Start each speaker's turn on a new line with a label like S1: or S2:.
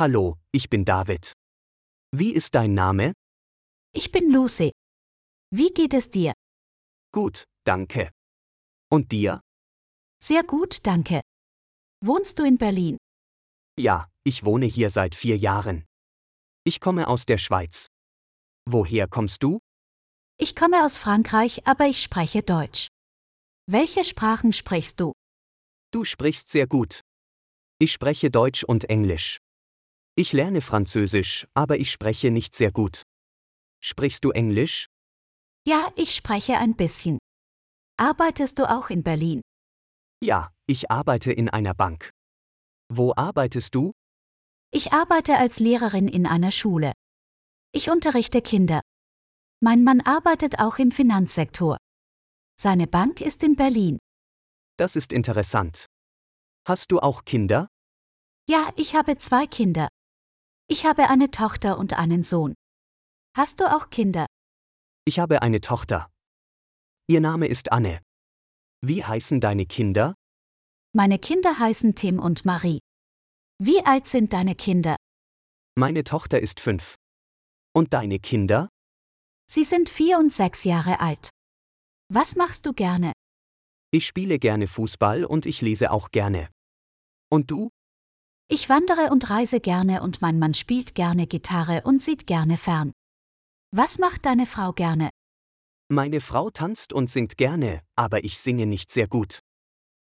S1: Hallo, ich bin David. Wie ist dein Name?
S2: Ich bin Lucy. Wie geht es dir?
S1: Gut, danke. Und dir?
S2: Sehr gut, danke. Wohnst du in Berlin?
S1: Ja, ich wohne hier seit vier Jahren. Ich komme aus der Schweiz. Woher kommst du?
S2: Ich komme aus Frankreich, aber ich spreche Deutsch. Welche Sprachen sprichst du?
S1: Du sprichst sehr gut. Ich spreche Deutsch und Englisch. Ich lerne Französisch, aber ich spreche nicht sehr gut. Sprichst du Englisch?
S2: Ja, ich spreche ein bisschen. Arbeitest du auch in Berlin?
S1: Ja, ich arbeite in einer Bank. Wo arbeitest du?
S2: Ich arbeite als Lehrerin in einer Schule. Ich unterrichte Kinder. Mein Mann arbeitet auch im Finanzsektor. Seine Bank ist in Berlin.
S1: Das ist interessant. Hast du auch Kinder?
S2: Ja, ich habe zwei Kinder. Ich habe eine Tochter und einen Sohn. Hast du auch Kinder?
S1: Ich habe eine Tochter. Ihr Name ist Anne. Wie heißen deine Kinder?
S2: Meine Kinder heißen Tim und Marie. Wie alt sind deine Kinder?
S1: Meine Tochter ist fünf. Und deine Kinder?
S2: Sie sind vier und sechs Jahre alt. Was machst du gerne?
S1: Ich spiele gerne Fußball und ich lese auch gerne. Und du?
S2: Ich wandere und reise gerne und mein Mann spielt gerne Gitarre und sieht gerne fern. Was macht deine Frau gerne?
S1: Meine Frau tanzt und singt gerne, aber ich singe nicht sehr gut.